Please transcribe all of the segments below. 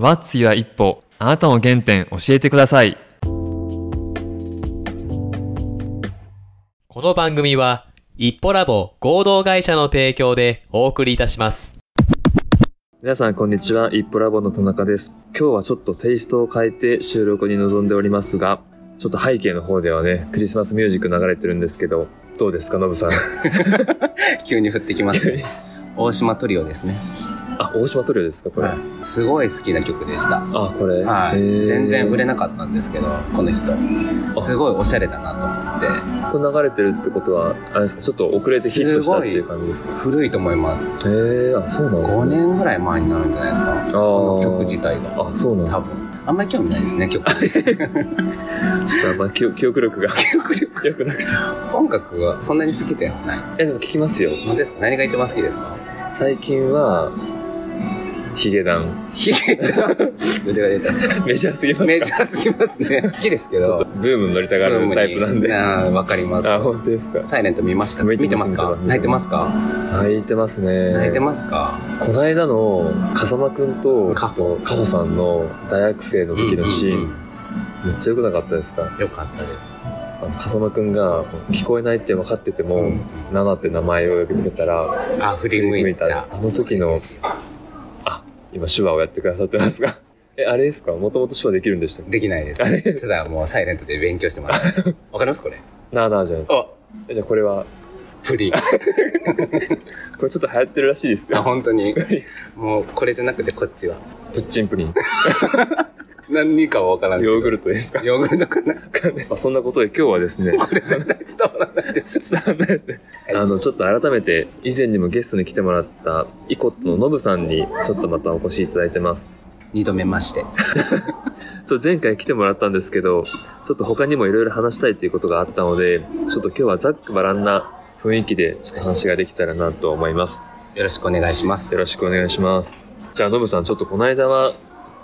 What's your 一歩あなたの原点教えてくださいこの番組は、一歩ラボ合同会社の提供でお送りいたします。皆さん、こんにちは。一歩ラボの田中です。今日はちょっとテイストを変えて収録に臨んでおりますが、ちょっと背景の方ではね、クリスマスミュージック流れてるんですけど、どうですか、ノブさん。急に降ってきますね。大島トリオですね。 あ、大島トリオですか、これ。はい。すごい好きな曲でした。あ、これ。はい。全然売れない。なかったんですけど、この人。すごいおしゃれだなと思っこれ流れてるってことは、あれですか、ちょっと遅れてヒットしたっていう感じですか。て、古いと思います。へー、あ、そうなんですね。5年ぐらい前になるんじゃないですか。あこのー曲自体が。あ、そうなん多分。あんまり興味ないですね、曲。です。ちょっとあんま記記憶力が 記憶 力良くなくて。音楽がそんなに好きではない。え、でも聞きますよ。何ですか何が一番好きですか最近は、ヒゲダン。 ヒゲが腕が出た。メジャーすぎますかめちゃ好きますね。好きですけちょっとど。ブームに乗りたがるタイプなんで。あーわかります。あ、本当ですか。サイレント見ました。見見ててまますすか泣いてますか泣いてますね。泣いてますかこの間の、風間くんと、カあホと、カホさんの大学生の時のシーン、うんうんめっちゃ良くなかったですかうんよかったです。あの風間くんが、聞こえないって分かってても、うんナナって名前を呼びかけたら、あ、振り向い振り向たい。たあの時の今手話をやってくださってますが。 え、あれですかもともと手話できるんでしたっけできないですあ。れただもうサイレントで勉強しても らって。わかりますこれ。ナーナーじゃないですか。あ、えじゃあこれは、振り。これちょっと流行ってるらしいです あ、よ。本当に。もうこれじゃなくてこっちは。プッチンプリン。何かはわからヨんけど。ーグルトです かヨーグルトかなまあそんなことで今日は ですね、これ絶対伝わらないです。伝わんないですね。はいあの、ちょっと改めて、以前にもゲストに来てもらった、イコットのノブさんに、ちょっとまたお越しいただいてます。二度目まして。そう、前回来てもらったんですけど、ちょっと他にもいろいろ話したいということがあったので、ちょっと今日はざっくばらんな雰囲気で、ちょっと話ができたらなと思います。よろしくお願いしますよ。ろしくお願いします。じゃあ、ノブさん、ちょっとこの間は、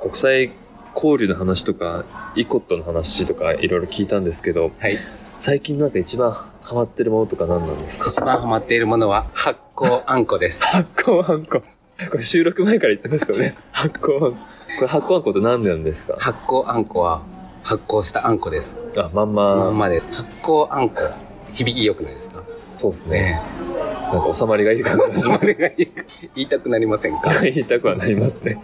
国際交流の話とか、イコットの話とか、いろいろ聞いたんですけど、はい。最近なんか一番ハマってるものとか何なんですか一番ハマっているものは発酵あんこです。発酵あんこ。これ収録前から言ってますよね。発酵あんこ。これ発酵あんこって何なんですか発酵あんこは発酵したあんこです。あ、まんまんま。まで発酵あんこ響き良くないですかそうですね。ねなんか収まりがいい感じがしえ言いたくなりませんかます。言いたくはなりますね。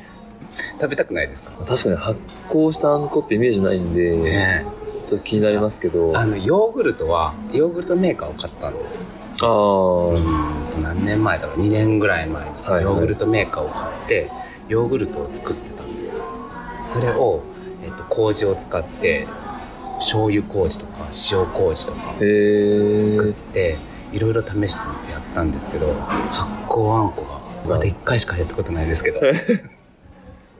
食べたくないですか確かに発酵したあんこってイメージないんで、ねちょっと気になりますけど。ああのヨーグルトはヨーグルトメーカーを買ったんですあうー。ーんと何年前だろう2年ぐらい前にはいはいヨーグルトメーカーを買ってヨーグルトを作ってたんですそれを、えっと、麹を使って醤油麹とか塩麹とかへ作ー。っていろいろ試してみてやったんですけど発酵あんこがまだ1回しかやったことないですけ ど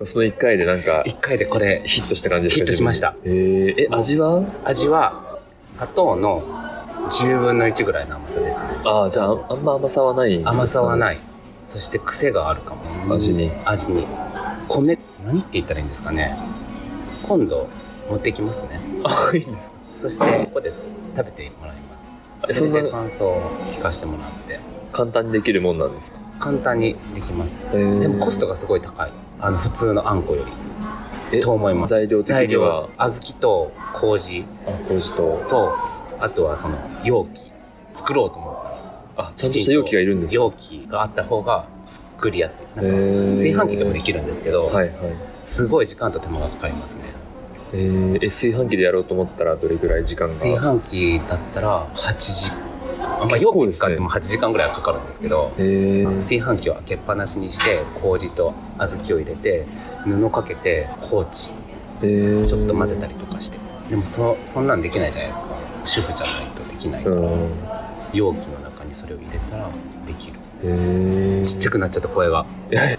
その一回でなんか、 1回でこれヒットした感じですかヒットしました。自分でへーえ、味は味は砂糖の10分の1ぐらいの甘さですねああ、じゃあ、あんま甘さはない。。甘さはいないそして癖があるかも味に味に米何って言ったらいいんですかね今度持ってきますねあ、いいんですかそしてここで食べてもらいまえすそそんなれで感想を聞かせてもらって簡単にできるもんなんですか簡単にできますででもコストがすごい高いあの普通のあんこよえりと思います材料的材に料はは、小豆と麹あ、麹と、とあとはその容器作ろうと思ったらあ、ちゃんとした容器がいるんですか容器があった方が作りやすいなんかへー炊飯器でもできるんですけど、はいはい。すごい時間と手間がかかりますねえー、え炊飯器でやろうと思ったらどれぐらい時間が炊飯器だったら8時あんまあ結容構器です使ねっても8時間ぐらいはかかるんですけどえー、炊飯器を開けっぱなしにして麹と小豆を入れて布かけて放置ちえーょっと混ぜたりとかしてでもそそんなんできないじゃないですか主婦じゃないとできないかうら、ん。容器の中にそれを入れたらできるえー、ちっちゃくなっちゃった声が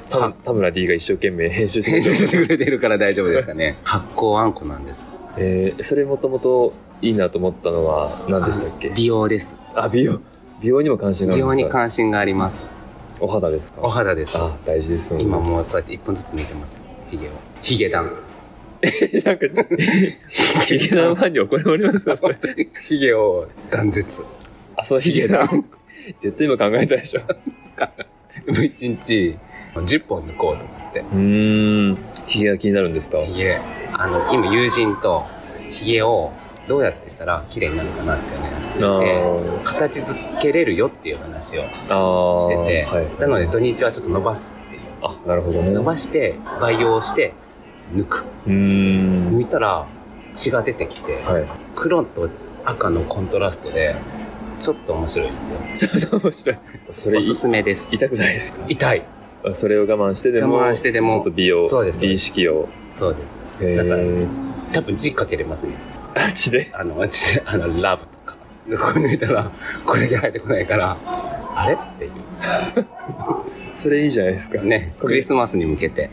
た田村 D が一生懸命編集してく編れて集ま しすてくれてるから大丈夫ですか ね発酵あんこなんですえー、それもともといいなと思ったのは何でしたっけ美容ですあ、美容。美容にも関心があ美るん容でにすか関心がありますお肌ですかお肌ですあ、大事ですよね。今もうこうやって一本ずつ抜いてますヒゲをヒゲダン なんか、ヒゲダンファンに怒られますよ、それ。ヒゲを断絶あ、そのヒゲダン。 絶対今考えたでしょ。一日10本抜こうとかってうーん。ヒゲが気になるんですかひげあの今友人とひげをどうやってしたら綺麗になるかなっていうのをやってて形付けれるよっていう話をあーしてて、はい。なので土日はちょっと伸ばすっていうあ、なるほどね。伸ばして培養して抜くうーん。抜いたら血が出てきて、はい。黒と赤のコントラストでちょっと面白いですよちょっと面白い。それおいすすめです痛くないですか痛いあそれを我慢してでも、我慢してでもちょっと美容、そうです美意識を。そうですへー多分字かけれますねあっちで。あの ちあのラブとかでこれ抜いたらこれだけ入ってこないからあれっていそれいいじゃないですか。うねこクれリスマスに向けて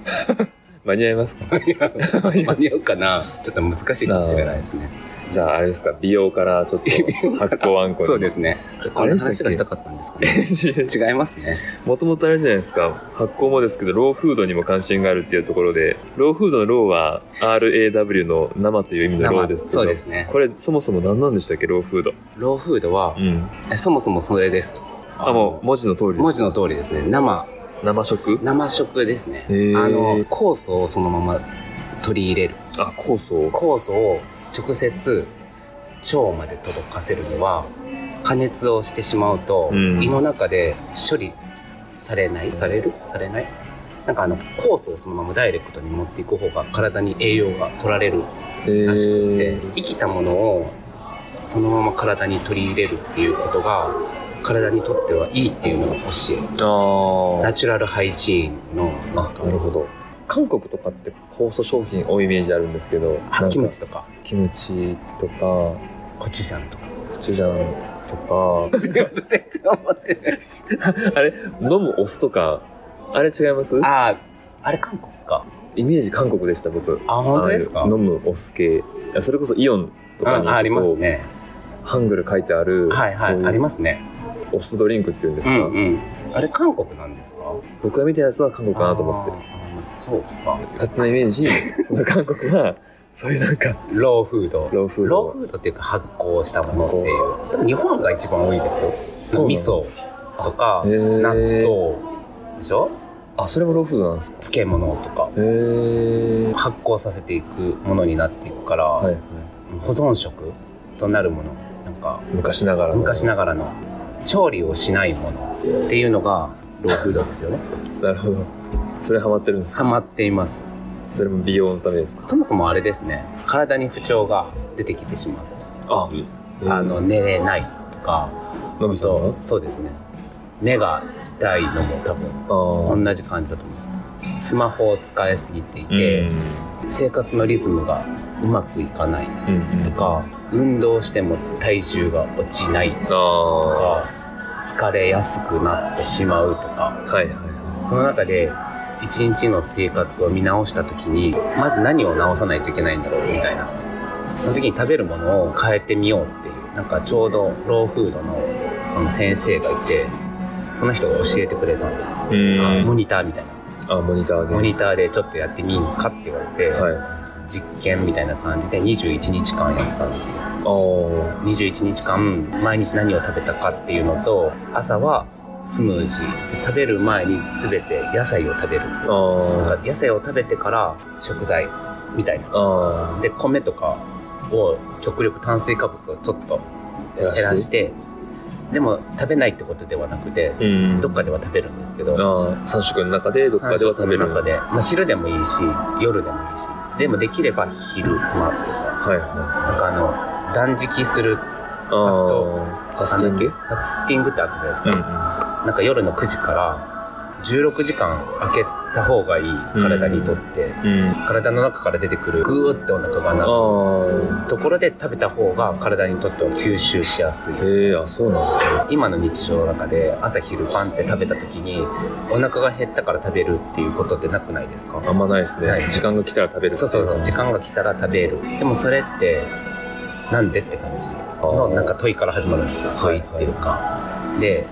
間に合いますか間に合間うに合うかなちょっと難しいかもしれないですねじゃああれですか、美容から ちょっと発酵あんこに。そうですねこの話がしたかったんですか ねす。違いますねもともとあれじゃないですか、発酵もですけど、ローフードにも関心があるっていうところで、ローフードのローは RAW の生という意味のローですけど、そうですねこれそもそも何なんでしたっけ、ローフード。ローフードはうん。えそもそもそれですあ、もう文字の通りです。文字の通りですね生生食生食ですねあへーの酵素をそのまま取り入れるあ、酵素。酵素を直接腸まで届かせるのは加熱をしてしまうと、うん胃の中で処理されないされるされないなんかあの酵素をそのままダイレクトに持っていく方が体に栄養が取られるえーらしくて、生きたものをそのまま体に取り入れるっていうことが体にとってはいいっていうのが教えあナチュラルハイジーンのなんかあ、なるほど。韓国とかって酵素商品多いイメージあるんですけど、あキムチとか。とかキムチとか、コチュジャンとかコチュジャンとか、 全然思ってないしあれ、飲むお酢とか、あれ違いますあああれ韓国かイメージ韓国でした、僕。あ本当ですかああいう飲むお酢系。いやそれこそイオンとかに行くとあありますねハングル書いてある、はいはそういうありますねお酢ドリンクっていうんですうか、んうんあれ韓国なんですか僕が見たやつは韓国かなと思って。ってそうか勝手なイメー ジ、その韓国は、そういうなんか、ローフードローフード。ローフードっていうか発酵したものっていうでも日本が一番多いですよそうなの味噌とかへー納豆でしょあ、それもローフードなんですか漬物とかへー。発酵させていくものになっていくから、はいはい。保存食となるものなんか昔ながらの。昔ながらの調理をしないものっていうのがローフードですよねなるほど。それハマってるんですハかマっていますそれも美容のためですかそもそもあれですね体に不調が出てきてしまうあ、あの寝れないとか飲むそとうそうですね目が痛いのも多分あー同じ感じだと思いますスマホを使いすぎていて、うん生活のリズムがうまくいかないうんうとんか運動しても体重が落ちないあとか疲れやすくなってしまうとあかはいはいはその中で一日の生活を見直した時にまず何を直さないといけないんだろうみたいなその時に食べるものを変えてみようっていうなんかちょうどローフードのその先生がいてその人が教えてくれたんですいあモうんニターみたいなあモニターでモニターでちょっとやってみんかって言われて、はい実験みたいな感じで21日間やったんですよあー21日間毎日何を食べたかっていうのと朝はスムージーで食べる前に全て野菜を食べるあーなんか野菜を食べてから食材みたいなあで米とかを極力炭水化物をちょっとー減らして減らしてでも食べないってことではなくてうんどっかでは食べるんですけどああ3食の中でどっかでは食べる三食の中で、まあ、昼でもいいし夜でもいいしでもできれば昼間とかはいはいなんかあの断食するあファスーファスティングあのファスティングってあったじゃないですうか、んうんなんか夜の9時から16時間開けた方がいい体にとって、うん体の中から出てくるグーってお腹があなーるところで食べた方が体にとっては吸収しやすいへえあそうなんですね今の日常の中で朝昼晩って食べた時にお腹が減ったから食べるっていうことってなくないですかあんまないですね、はい時間が来たら食べるそうそうそう時間が来たら食べるでもそれってなんでって感じのなんか問いから始まるんですよは問いいっていうか、で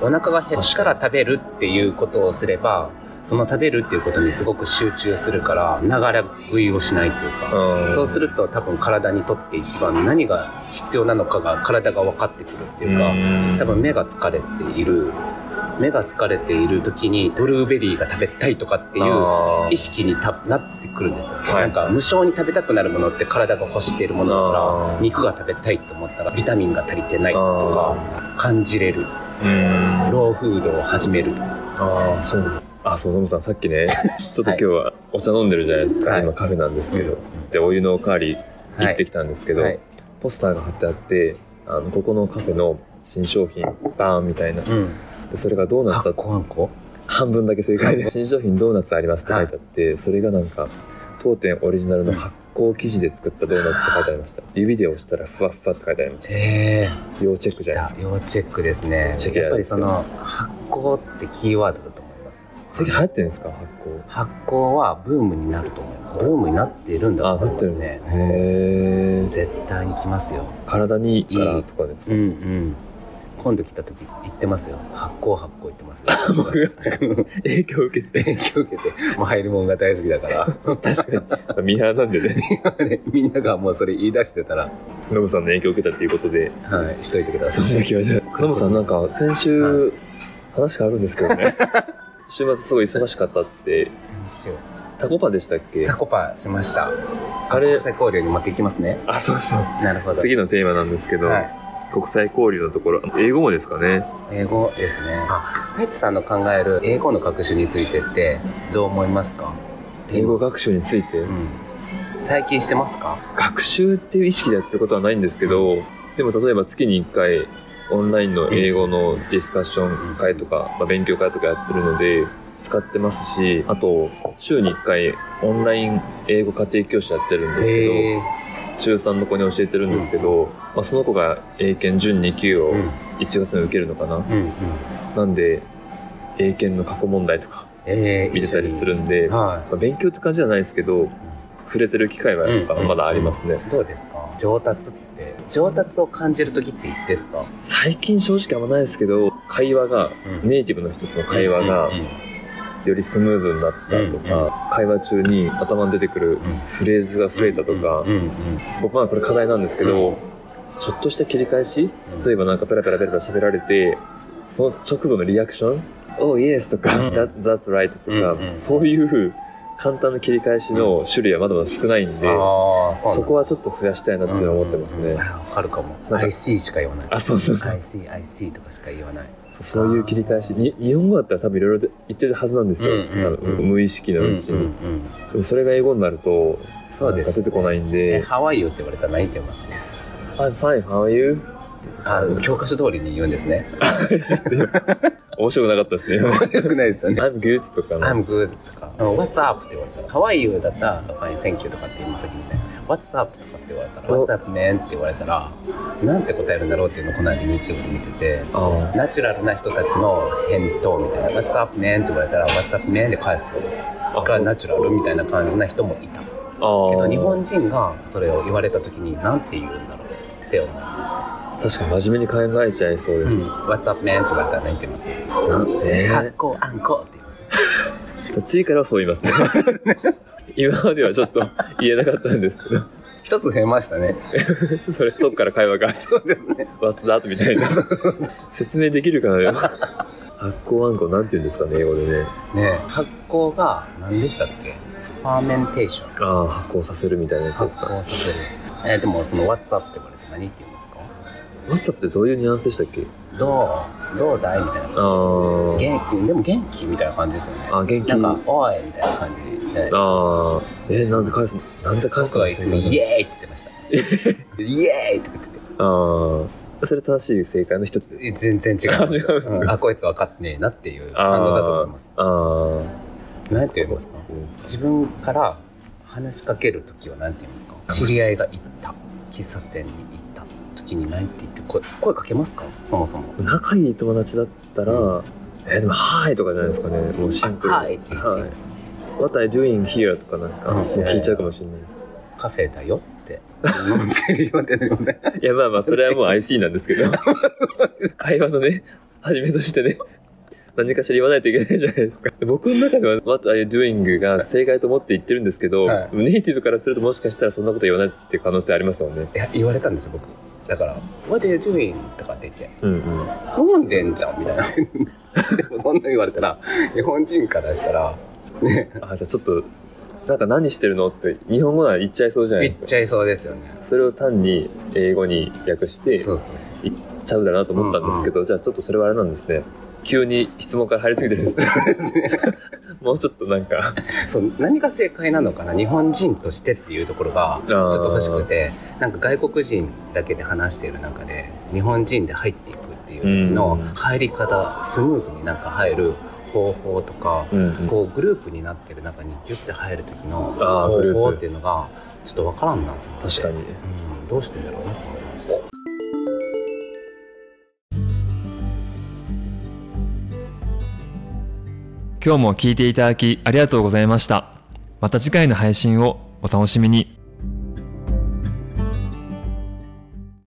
お腹が減ったら食べるっていうことをすればその食べるっていうことにすごく集中するからながら食いをしないというか、うんそうすると多分体にとって一番何が必要なのかが体が分かってくるっていうか、ん多分目が疲れている目が疲れている時にブルーベリーが食べたいとかっていうあー意識にたなってくるんですよ、はいなんか無性に食べたくなるものって体が欲しているものだかあらー肉が食べたいと思ったらビタミンが足りてないとか感じれるうーん。ローフードを始めるああ、そう。あ、そう、ノムさん、さっき ね、ちょっと今日はお茶飲んでるじゃないですか。はい今カフェなんですけど。うんで、お湯のおかわり行はっていきたんですけど、はいポスターが貼ってあって、あの、ここのカフェの新商品、バーンみたいな。うんでそれがドーナツ発だ酵あんこ半分だけ正解で。新商品ドーナツありますって書いてあって、それがなんか、当店オリジナルの発酵生地で作ったドーナツって書いてありました。指で押したらふわふわって書いてありましええた。要チェックじゃないですか。要チェックですねチェックやっぱりそのや発酵ってキーワードだと思います最近流行ってるんですか発酵。発酵はブームになると思いますブームになっているんだあ、とな思っいてまるすんでねすね。へー絶対に来ますよ体にいいからとかですうんかうん今度来た時行ってますよ発酵発酵行ってますよ 僕が 影響を受けて。影響受けてもう入るもんが大好きだから確 か に。ミーハーなんでね、みんながもうそれ言い出してたらノブさんの影響を受けたっていうことで、はいしといてくだそさのい時はじゃあ、ノブさんなんか先は週、話があるんですけどね。週末すごい忙しかったって、タコパでしたっけタコパしましたあれ国際交流に持っていきますねあ、そうそう。なるほど次のテーマなんですけど、はい国際交流のところ、英語もですかね。英語ですねあ太一さんの考える英語の学習についてってどう思いますか英語学習について、うん最近してますか学習っていう意識でやってることはないんですけど、でも例えば月に1回オンラインの英語のディスカッション会とか、まあ、勉強会とかやってるので使ってますしあと週に1回オンライン英語家庭教師やってるんですけえど中3の子に教えてるんですけど、まあ、その子が英検準2級をうん1月に受けるのかな、うんうんなんで英検の過去問題とかえー見てたりするん一緒で、にまはあ、勉強って感じじゃないですけど触れてる機会はやっぱまだありますね、いどうですか上達って上達を感じる時っていつですか、最近正直あんまないですけど会話がうんネイティブの人との会話がうんうんよりスムーズになったとうんうか会話中に頭に出てくるうんフレーズが増えたとかうんうんうん僕まあこれ課題なんですけうんどちょっとした切り返しうん例えばなんかペラペラペラペラ喋られてその直後のリアクション「Oh yes」とかうん「That- That's right」うとんうんかそういう簡単な切り返しの種類はまだまだ少ないんでああそこはちょっと増やしたいなっていうのは思ってますねあわかるかもなんか I see しか言わないあそうそうそう I see I see とかしか言わないそういう切り返しに日本語だったら多分いろいろ言ってるはずなんですよ、うんうんうんあの無意識のうちに、でもそれが英語になるとそうですなんか出てこないんでえハワイよって言われたら何て言いますね「I'm fine, how are you? あ教科書通りに言うんですね」面白くなかったですねよくないです「よね I'm good」とかの I'm good とか What's up って言われたらハワイよだったら Fine thank you とかって言いますけどね What's up とかって言われたらお What's up man って言われたらなんて答えるんだろうっていうのをこの間 YouTube で見ててあナチュラルな人たちの返答みたいな「What's up man」って言われたら「What's up man」で返すがナチュラルみたいな感じな人もいたけあああど日本人がそれを言われた時に何て言うんだろうって思いま確かに真面目に考えちゃいそうでしす、た「What's up man」って言われたら何て言いますなえあんこあんこって言いますねー、次からはそう言いますね 今まではちょっと言えなかったんです けど一つ増えましたねそれそっから会話がそうですね「What's that?」みたいな説明できるかな発酵あんこなんて言うんですかね英語でねねえ発酵が何でしたっけファーメンテーションああ発酵させるみたいなやつで発すか酵させるえーでもその「What's up」って言われて何って言うんですか WhatsApp ってどういうニュアンスでしたっけどうどうだいみたいなあー元気でも元気みたいな感じですよねあ元気なんか「おい」みたいな感じじゃないですかあーえなんで返すのなんで返す僕のはいつも「イエーイ!」って言ってました「イエーイ!」って言っててああそれ正しい正解の一つですえ全然違うんですあ違うよんですかうんあこいつ分かってねえなっていうあー反応だと思いますあー何て言いますか自分から話しかける時は何て言いますか知り合いが行った喫茶店に行った時に何て言って声声かけますかそもそも仲いい友達だったら、えでも「はい」とかじゃないですかねもうシンプルにあはいって言ってはい What are you doing here?」とかなんか、うんもう聞いちゃうかもしれないでカフェだよって飲んでるよってなりませんすいやまあまあそれはもう IC なんですけ ど会話のね始めとしてね何かしら言わないといけないじゃないですか。僕の中では、What are you doing? が正解と思って言ってるんですけど、はいネイティブからするともしかしたらそんなこと言わないっていう可能性ありますよね。いや言われたんですよ僕だから「What are you doing?」とかって言ってうんうん。 「飲んでんじゃん」みたいな でもそんな言われたら、日本人からしたら、ね、あ、じゃあちょっと、なんか何してるのって日本語なら言っちゃいそうじゃない言でっすか。ちゃいそうですよね。それを単に英語に訳してそうそうそう。言っちゃうだろうなと思ったんですけど、じゃあちょっとそれはあれなんですね。急に質問から入りすぎてるんですね。 もうちょっとなんか、そう何が正解なのかな日本人としてっていうところがちょっと欲しくてなんか外国人だけで話している中で日本人で入っていくっていう時のうん入り方スムーズになんか入る方法とかうんうんこうグループになってる中にギュッて入る時のあーグル方ープ法っていうのがちょっとわからんなと思って確かに。うん、どうしてんだろうなと思いました今日も聞いていただきありがとうございました。また次回の配信をお楽しみに。